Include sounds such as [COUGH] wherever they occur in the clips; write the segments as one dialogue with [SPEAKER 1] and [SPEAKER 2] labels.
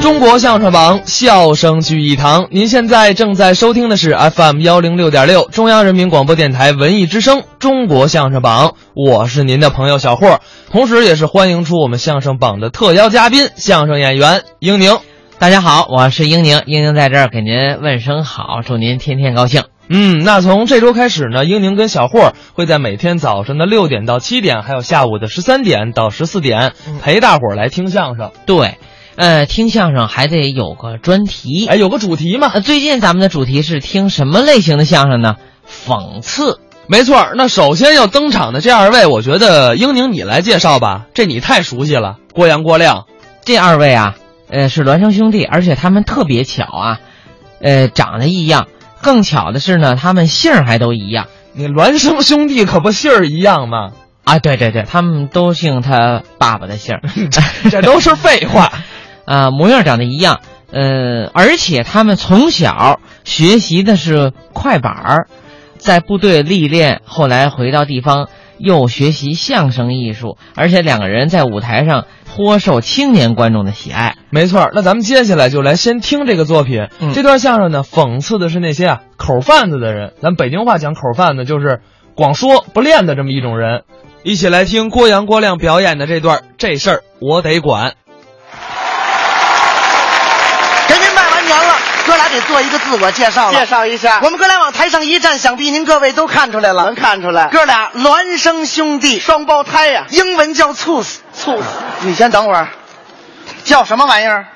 [SPEAKER 1] 中国相声榜，笑声聚一堂。您现在正在收听的是 FM 幺零六点六，中央人民广播电台文艺之声《中国相声榜》，我是您的朋友小霍，同时也是欢迎出我们相声榜的特邀嘉宾，相声演员英宁。
[SPEAKER 2] 大家好，我是英宁，英宁在这儿给您问声好，祝您天天高兴。
[SPEAKER 1] 嗯，那从这周开始呢，英宁跟小霍会在每天早晨的六点到七点，还有下午的十三点到十四点，陪大伙儿来听相声。
[SPEAKER 2] 对，呃，听相声还得有个专题。
[SPEAKER 1] 哎，有个主题嘛？
[SPEAKER 2] 呃，最近咱们的主题是听什么类型的相声呢？讽刺。
[SPEAKER 1] 没错儿，那首先要登场的这二位，我觉得英宁你来介绍吧，这你太熟悉了。郭阳、郭亮，
[SPEAKER 2] 这二位啊，呃，是孪生兄弟，而且他们特别巧啊，呃，长得异样。更巧的是呢，他们姓儿还都一样
[SPEAKER 1] 你孪生兄弟可不姓儿一样吗？，
[SPEAKER 2] 啊。对对对，他们都姓他爸爸的姓儿
[SPEAKER 1] [LAUGHS]
[SPEAKER 2] [LAUGHS]
[SPEAKER 1] 这都是废 [LAUGHS] 话。
[SPEAKER 2] 啊、模样长得一样，呃，而且他们从小学习的是快板儿，在部队历练，后来回到地方又学习相声艺术，而且两个人在舞台上颇受青年观众的喜爱。
[SPEAKER 1] 没错儿，那咱们接下来就来先听这个作品。
[SPEAKER 2] 嗯
[SPEAKER 1] 这段相声呢，讽刺的是那些啊口贩子的人。咱北京话讲口贩子，就是光说不练的这么一种人。一起来听郭阳、郭亮表演的这段“这事儿我得管
[SPEAKER 3] 人家卖完年了，哥俩得做一个自我介绍了。
[SPEAKER 4] 介绍一下，
[SPEAKER 3] 我们哥俩往台上一站，想必您各位都看出来了
[SPEAKER 4] 能。看出来，
[SPEAKER 3] 哥俩孪生兄弟，
[SPEAKER 4] 双胞胎呀、
[SPEAKER 3] 英文叫猝死。
[SPEAKER 4] 猝死，
[SPEAKER 3] 你先等会儿，叫什么玩意儿？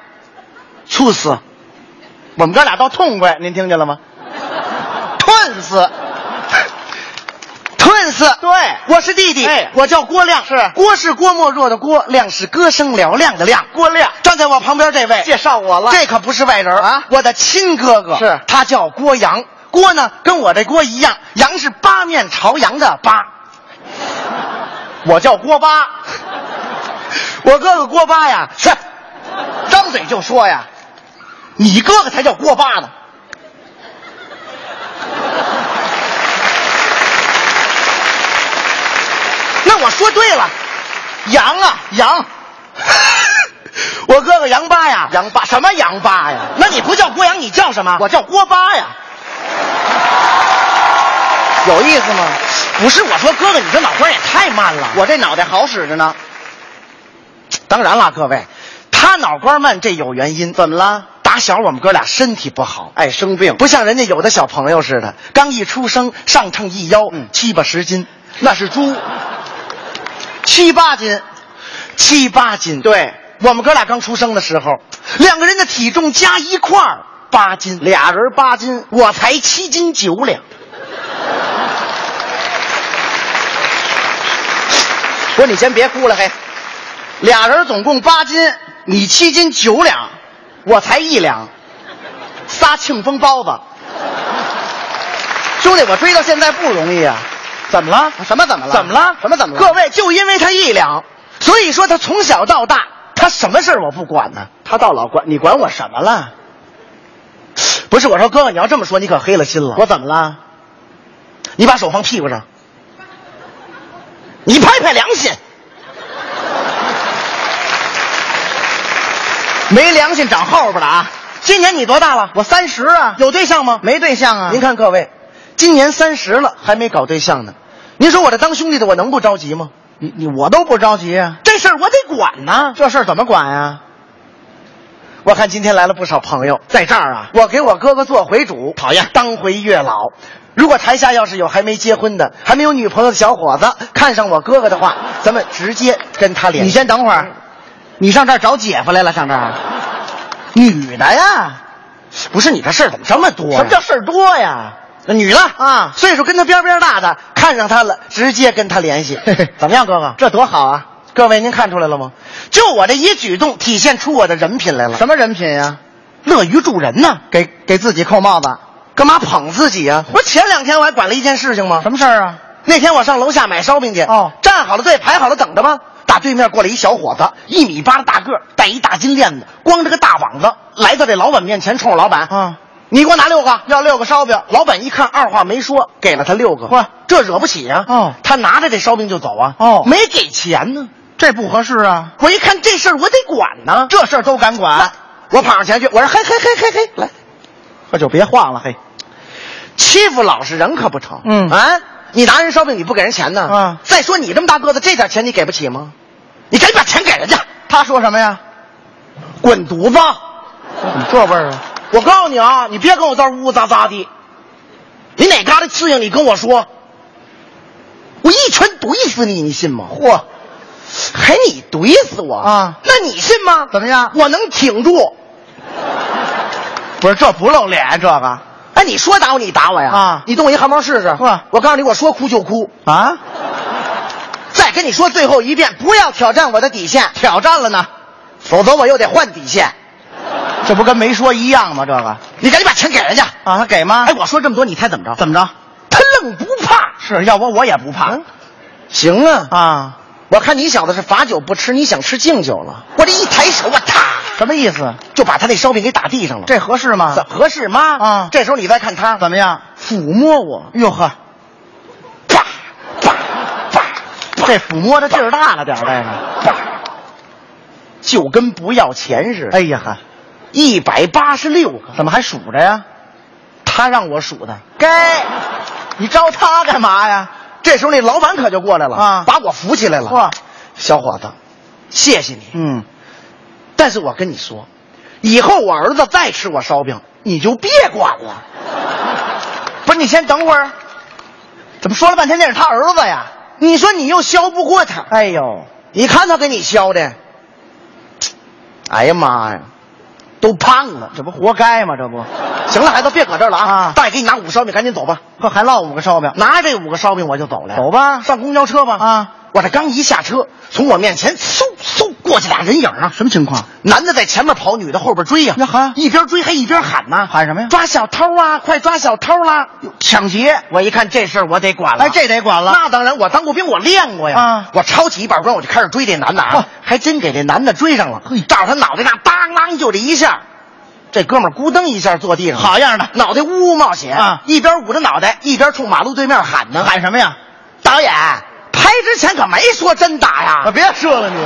[SPEAKER 3] 猝死。
[SPEAKER 4] 我们哥俩倒痛快，您听见了 [LAUGHS]
[SPEAKER 3] [LAUGHS]
[SPEAKER 4] 吗？
[SPEAKER 3] twins。twins。
[SPEAKER 4] 对
[SPEAKER 3] 我是弟弟，
[SPEAKER 4] 哎
[SPEAKER 3] 我叫郭亮，
[SPEAKER 4] 是
[SPEAKER 3] 郭是郭沫若的郭，亮是歌声嘹亮的亮。
[SPEAKER 4] 郭亮
[SPEAKER 3] 站在我旁边这位
[SPEAKER 4] 介绍我了，
[SPEAKER 3] 这可不是外人
[SPEAKER 4] 啊
[SPEAKER 3] 我的亲哥哥
[SPEAKER 4] 是
[SPEAKER 3] 他叫郭阳，郭呢跟我这郭一样，阳是八面朝阳的八。
[SPEAKER 4] 我叫郭八，
[SPEAKER 3] 我哥哥郭八呀，是张嘴就说呀，你哥哥才叫郭八呢。那我说对了，杨啊
[SPEAKER 4] [LAUGHS]
[SPEAKER 3] 杨，我哥哥杨八呀，
[SPEAKER 4] 杨八什么杨八呀？
[SPEAKER 3] 那你不叫郭阳，你叫什么？
[SPEAKER 4] 我叫郭八
[SPEAKER 3] [LAUGHS]
[SPEAKER 4] 呀，有意思吗？
[SPEAKER 3] 不是我说哥哥，你这脑瓜也太慢了。
[SPEAKER 4] 我这脑袋好使着呢，
[SPEAKER 3] 当然了，各位，他脑瓜慢这有原因。
[SPEAKER 4] 怎么了？
[SPEAKER 3] 打小我们哥俩身体不好，
[SPEAKER 4] 爱生病，
[SPEAKER 3] 不像人家有的小朋友似的，刚一出生上秤一腰，
[SPEAKER 4] 嗯
[SPEAKER 3] 七八十斤，那是猪，七八斤，七八斤。
[SPEAKER 4] 对，
[SPEAKER 3] 我们哥俩刚出生的时候，两个人的体重加一块儿八斤，
[SPEAKER 4] 俩人八斤，
[SPEAKER 3] 我才七斤九
[SPEAKER 4] [LAUGHS]
[SPEAKER 3] 两。
[SPEAKER 4] 不是你先别哭了，嘿，
[SPEAKER 3] 俩人总共八斤，你七斤九两，我才一两，仨庆丰包子。
[SPEAKER 4] 兄弟，我追到现在不容易啊，
[SPEAKER 3] 怎么了？
[SPEAKER 4] 什么怎么了？
[SPEAKER 3] 怎么了？
[SPEAKER 4] 什么怎么了？
[SPEAKER 3] 各位，就因为他一两，所以说他从小到大，他什么事儿我不管呢？
[SPEAKER 4] 他倒老管你管我什么了？
[SPEAKER 3] 不是我说哥哥，你要这么说，你可黑了心了。
[SPEAKER 4] 我怎么了？
[SPEAKER 3] 你把手放屁股上，你拍拍良心，
[SPEAKER 4] 没良心长后边了啊！
[SPEAKER 3] 今年你多大了？
[SPEAKER 4] 我三十啊，
[SPEAKER 3] 有对象吗？
[SPEAKER 4] 没对象啊？
[SPEAKER 3] 您，看各位，今年三十了还没搞对象呢，您说我这当兄弟的我能不着急吗？
[SPEAKER 4] 你你我都不着急啊，
[SPEAKER 3] 这事儿我得管呐。
[SPEAKER 4] 这事儿怎么管啊？
[SPEAKER 3] 我看今天来了不少朋友，
[SPEAKER 4] 在这儿啊，
[SPEAKER 3] 我给我哥哥做回主，
[SPEAKER 4] 讨厌
[SPEAKER 3] 当回月老。如果台下要是有还没结婚的、还没有女朋友的小伙子看上我哥哥的话，咱们直接跟他联系。
[SPEAKER 4] 你先等会儿，你上这儿找姐夫来了？上这儿？
[SPEAKER 3] 女的呀？不是你这事儿怎么这么多呀？
[SPEAKER 4] 什么叫事儿多呀？
[SPEAKER 3] 那女的
[SPEAKER 4] 啊
[SPEAKER 3] 岁数跟他边边大的，看上他了，直接跟他联系
[SPEAKER 4] 嘿嘿。
[SPEAKER 3] 怎么样，哥哥？
[SPEAKER 4] 这多好啊！
[SPEAKER 3] 各位您看出来了吗？就我这一举动，体现出我的人品来了。
[SPEAKER 4] 什么人品呀、
[SPEAKER 3] 乐于助人呢？
[SPEAKER 4] 给给自己扣帽子？
[SPEAKER 3] 干嘛捧自己啊？不是前两天我还管了一件事情吗？
[SPEAKER 4] 什么事儿啊？
[SPEAKER 3] 那天我上楼下买烧饼去，
[SPEAKER 4] 哦
[SPEAKER 3] 站好了队，排好了等着吧。打对面过来一小伙子，一米八的大个儿，戴一大金链子，光着个大膀子，来到这老板面前，冲着老板，
[SPEAKER 4] 啊，
[SPEAKER 3] 你给我拿六个，要六个烧饼。老板一看，二话没说，给了他六个。
[SPEAKER 4] 嚯，
[SPEAKER 3] 这惹不起呀、
[SPEAKER 4] 哦
[SPEAKER 3] 他拿着这烧饼就走啊。
[SPEAKER 4] 哦
[SPEAKER 3] 没给钱呢。
[SPEAKER 4] 这不合适啊！
[SPEAKER 3] 我一看这事儿，我得管呢。
[SPEAKER 4] 这事儿都敢管？
[SPEAKER 3] 那我跑上前去，我说嘿嘿嘿嘿嘿，来，
[SPEAKER 4] 喝酒别晃了，嘿，
[SPEAKER 3] 欺负老实人可不成。
[SPEAKER 4] 嗯
[SPEAKER 3] 啊，你拿人烧饼你不给人钱呢？
[SPEAKER 4] 啊
[SPEAKER 3] 再说你这么大个子，这点钱你给不起吗？你赶紧把钱给人家，
[SPEAKER 4] 他说什么呀？
[SPEAKER 3] 滚犊子！
[SPEAKER 4] 说怎么这味儿啊？
[SPEAKER 3] 我告诉你啊，你别跟我这儿呜呜喳喳的，你哪嘎达刺应你跟我说，我一拳怼死你，你信吗？
[SPEAKER 4] 嚯，
[SPEAKER 3] 还你怼死我
[SPEAKER 4] 啊
[SPEAKER 3] 那你信吗？
[SPEAKER 4] 怎么样
[SPEAKER 3] 我能挺住。
[SPEAKER 4] 不是这不露脸，啊这个
[SPEAKER 3] 哎，你说打我，你打我呀？
[SPEAKER 4] 啊
[SPEAKER 3] 你动我一汗毛试试。
[SPEAKER 4] 嚯
[SPEAKER 3] 我告诉你，我说哭就哭。
[SPEAKER 4] 啊，
[SPEAKER 3] 再跟你说最后一遍，不要挑战我的底线，
[SPEAKER 4] 挑战了呢，
[SPEAKER 3] 否则我又得换底线。
[SPEAKER 4] 这不跟没说一样吗？这个啊，
[SPEAKER 3] 你赶紧把钱给人家。
[SPEAKER 4] 他给吗？
[SPEAKER 3] 哎，我说这么多，你猜怎么着？
[SPEAKER 4] 怎么着？
[SPEAKER 3] 他愣不怕。
[SPEAKER 4] 是要不我也不怕、
[SPEAKER 3] 嗯行啊，
[SPEAKER 4] 啊？
[SPEAKER 3] 我看你小子是罚酒不吃，你想吃敬酒了。我这一抬手，我嚓
[SPEAKER 4] 什么意思？
[SPEAKER 3] 就把他那烧饼给打地上了。
[SPEAKER 4] 这合适吗？
[SPEAKER 3] 怎合适吗？
[SPEAKER 4] 啊
[SPEAKER 3] 这时候你再看他
[SPEAKER 4] 怎么样？
[SPEAKER 3] 抚摸我，
[SPEAKER 4] 哟呵，
[SPEAKER 3] 啪啪啪，啪
[SPEAKER 4] 这抚摸的劲儿大了点儿，这
[SPEAKER 3] 啪，就跟不要钱似
[SPEAKER 4] 个。
[SPEAKER 3] 的。
[SPEAKER 4] 哎呀呵，
[SPEAKER 3] 一百八十六个，
[SPEAKER 4] 怎么还数着呀？
[SPEAKER 3] 他让我数的。
[SPEAKER 4] 该，你招他干嘛呀？
[SPEAKER 3] 这时候那老板可就过来了
[SPEAKER 4] 啊
[SPEAKER 3] 把我扶起来了。
[SPEAKER 4] 嚯，
[SPEAKER 3] 小伙子，谢谢你。
[SPEAKER 4] 嗯，
[SPEAKER 3] 但是我跟你说，以后我儿子再吃我烧饼，你就别
[SPEAKER 4] [LAUGHS]
[SPEAKER 3] 管了。
[SPEAKER 4] 不是你先等会儿，怎么说了半天那是他儿子呀？
[SPEAKER 3] 你说你又削不过他，
[SPEAKER 4] 哎呦，
[SPEAKER 3] 你看他给你削的，哎呀妈呀，都胖了。
[SPEAKER 4] 这不活该吗？这不，
[SPEAKER 3] 行了，孩子，别搁这儿了啊
[SPEAKER 4] 啊！
[SPEAKER 3] 大爷给你拿五个烧饼，赶紧走吧。
[SPEAKER 4] 呵，还落五个烧饼，
[SPEAKER 3] 拿着这五个烧饼我就走了。
[SPEAKER 4] 走吧
[SPEAKER 3] 上公交车吧。
[SPEAKER 4] 啊，
[SPEAKER 3] 我这刚一下车，从我面前嗖嗖过去俩人影啊！
[SPEAKER 4] 什么情况？
[SPEAKER 3] 男的在前面跑，女的后边追呀、
[SPEAKER 4] 那喊
[SPEAKER 3] 一边追还一边喊呐，
[SPEAKER 4] 喊什么呀
[SPEAKER 3] 抓小偷啊！快抓小偷啦！
[SPEAKER 4] 抢劫！
[SPEAKER 3] 我一看这事儿，我得管了。
[SPEAKER 4] 哎，这得管了。
[SPEAKER 3] 那当然，我当过兵，我练过呀。
[SPEAKER 4] 啊
[SPEAKER 3] 我抄起一板砖，我就开始追这男的啊
[SPEAKER 4] 嚯，
[SPEAKER 3] 还真给这男的追上了
[SPEAKER 4] 嘿，
[SPEAKER 3] 照着他脑袋上当啷就这一下，这哥们儿咕噔一下坐地上了，
[SPEAKER 4] 好样的
[SPEAKER 3] 脑袋呜呜冒血
[SPEAKER 4] 啊
[SPEAKER 3] 一边捂着脑袋，一边冲马路对面喊呢，
[SPEAKER 4] 喊什么呀？
[SPEAKER 3] 导演。拍之前可没说真打呀！
[SPEAKER 4] 啊别说了你，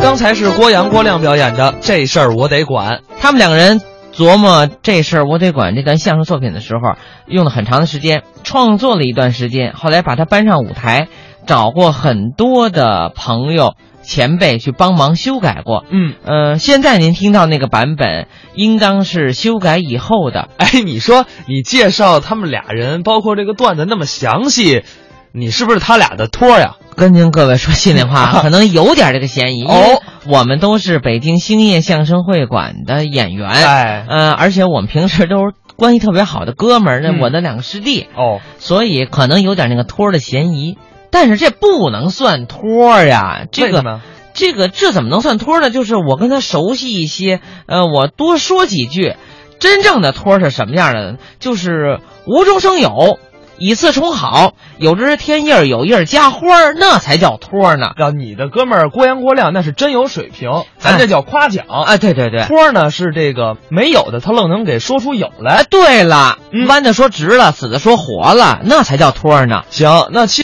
[SPEAKER 1] 刚才是郭阳、郭亮表演的《这事儿我得管》。
[SPEAKER 2] 他们两个人琢磨这事儿，我得管这段相声作品的时候，用了很长的时间，创作了一段时间，后来把它搬上舞台，找过很多的朋友前辈去帮忙修改过。
[SPEAKER 1] 嗯，
[SPEAKER 2] 呃，现在您听到那个版本，应当是修改以后的。
[SPEAKER 1] [LAUGHS] 哎，你说你介绍他们俩人，包括这个段子那么详细，你是不是他俩的托呀？
[SPEAKER 2] 跟您各位说心
[SPEAKER 1] [LAUGHS]
[SPEAKER 2] 里话，可能有点这个嫌疑，因为
[SPEAKER 1] 哦
[SPEAKER 2] 我们都是北京兴业相声会馆的演员，
[SPEAKER 1] 哎
[SPEAKER 2] 呃，而且我们平时都是关系特别好的哥们儿，那
[SPEAKER 1] 嗯
[SPEAKER 2] 我的两个师弟，
[SPEAKER 1] 哦，
[SPEAKER 2] 所以可能有点那个托儿的嫌疑。但是这不能算托儿呀，这
[SPEAKER 1] 为什
[SPEAKER 2] 个
[SPEAKER 1] 么
[SPEAKER 2] 这个这怎么能算托儿呢？就是我跟他熟悉一些，呃，我多说几句。真正的托儿是什么样的呢？就是无中生有，以次充好，有枝添叶儿，有叶儿加花儿，那才叫托儿呢。
[SPEAKER 1] 让呃你的哥们儿郭阳、郭亮那是真有水平，咱这叫夸奖。
[SPEAKER 2] 啊，对对对。
[SPEAKER 1] 哦托儿呢是这个没有的，他愣能给说出有来。
[SPEAKER 2] 对了，
[SPEAKER 1] 嗯
[SPEAKER 2] 弯的说直了，死的说活了，那才叫托儿呢。
[SPEAKER 1] 行，那其。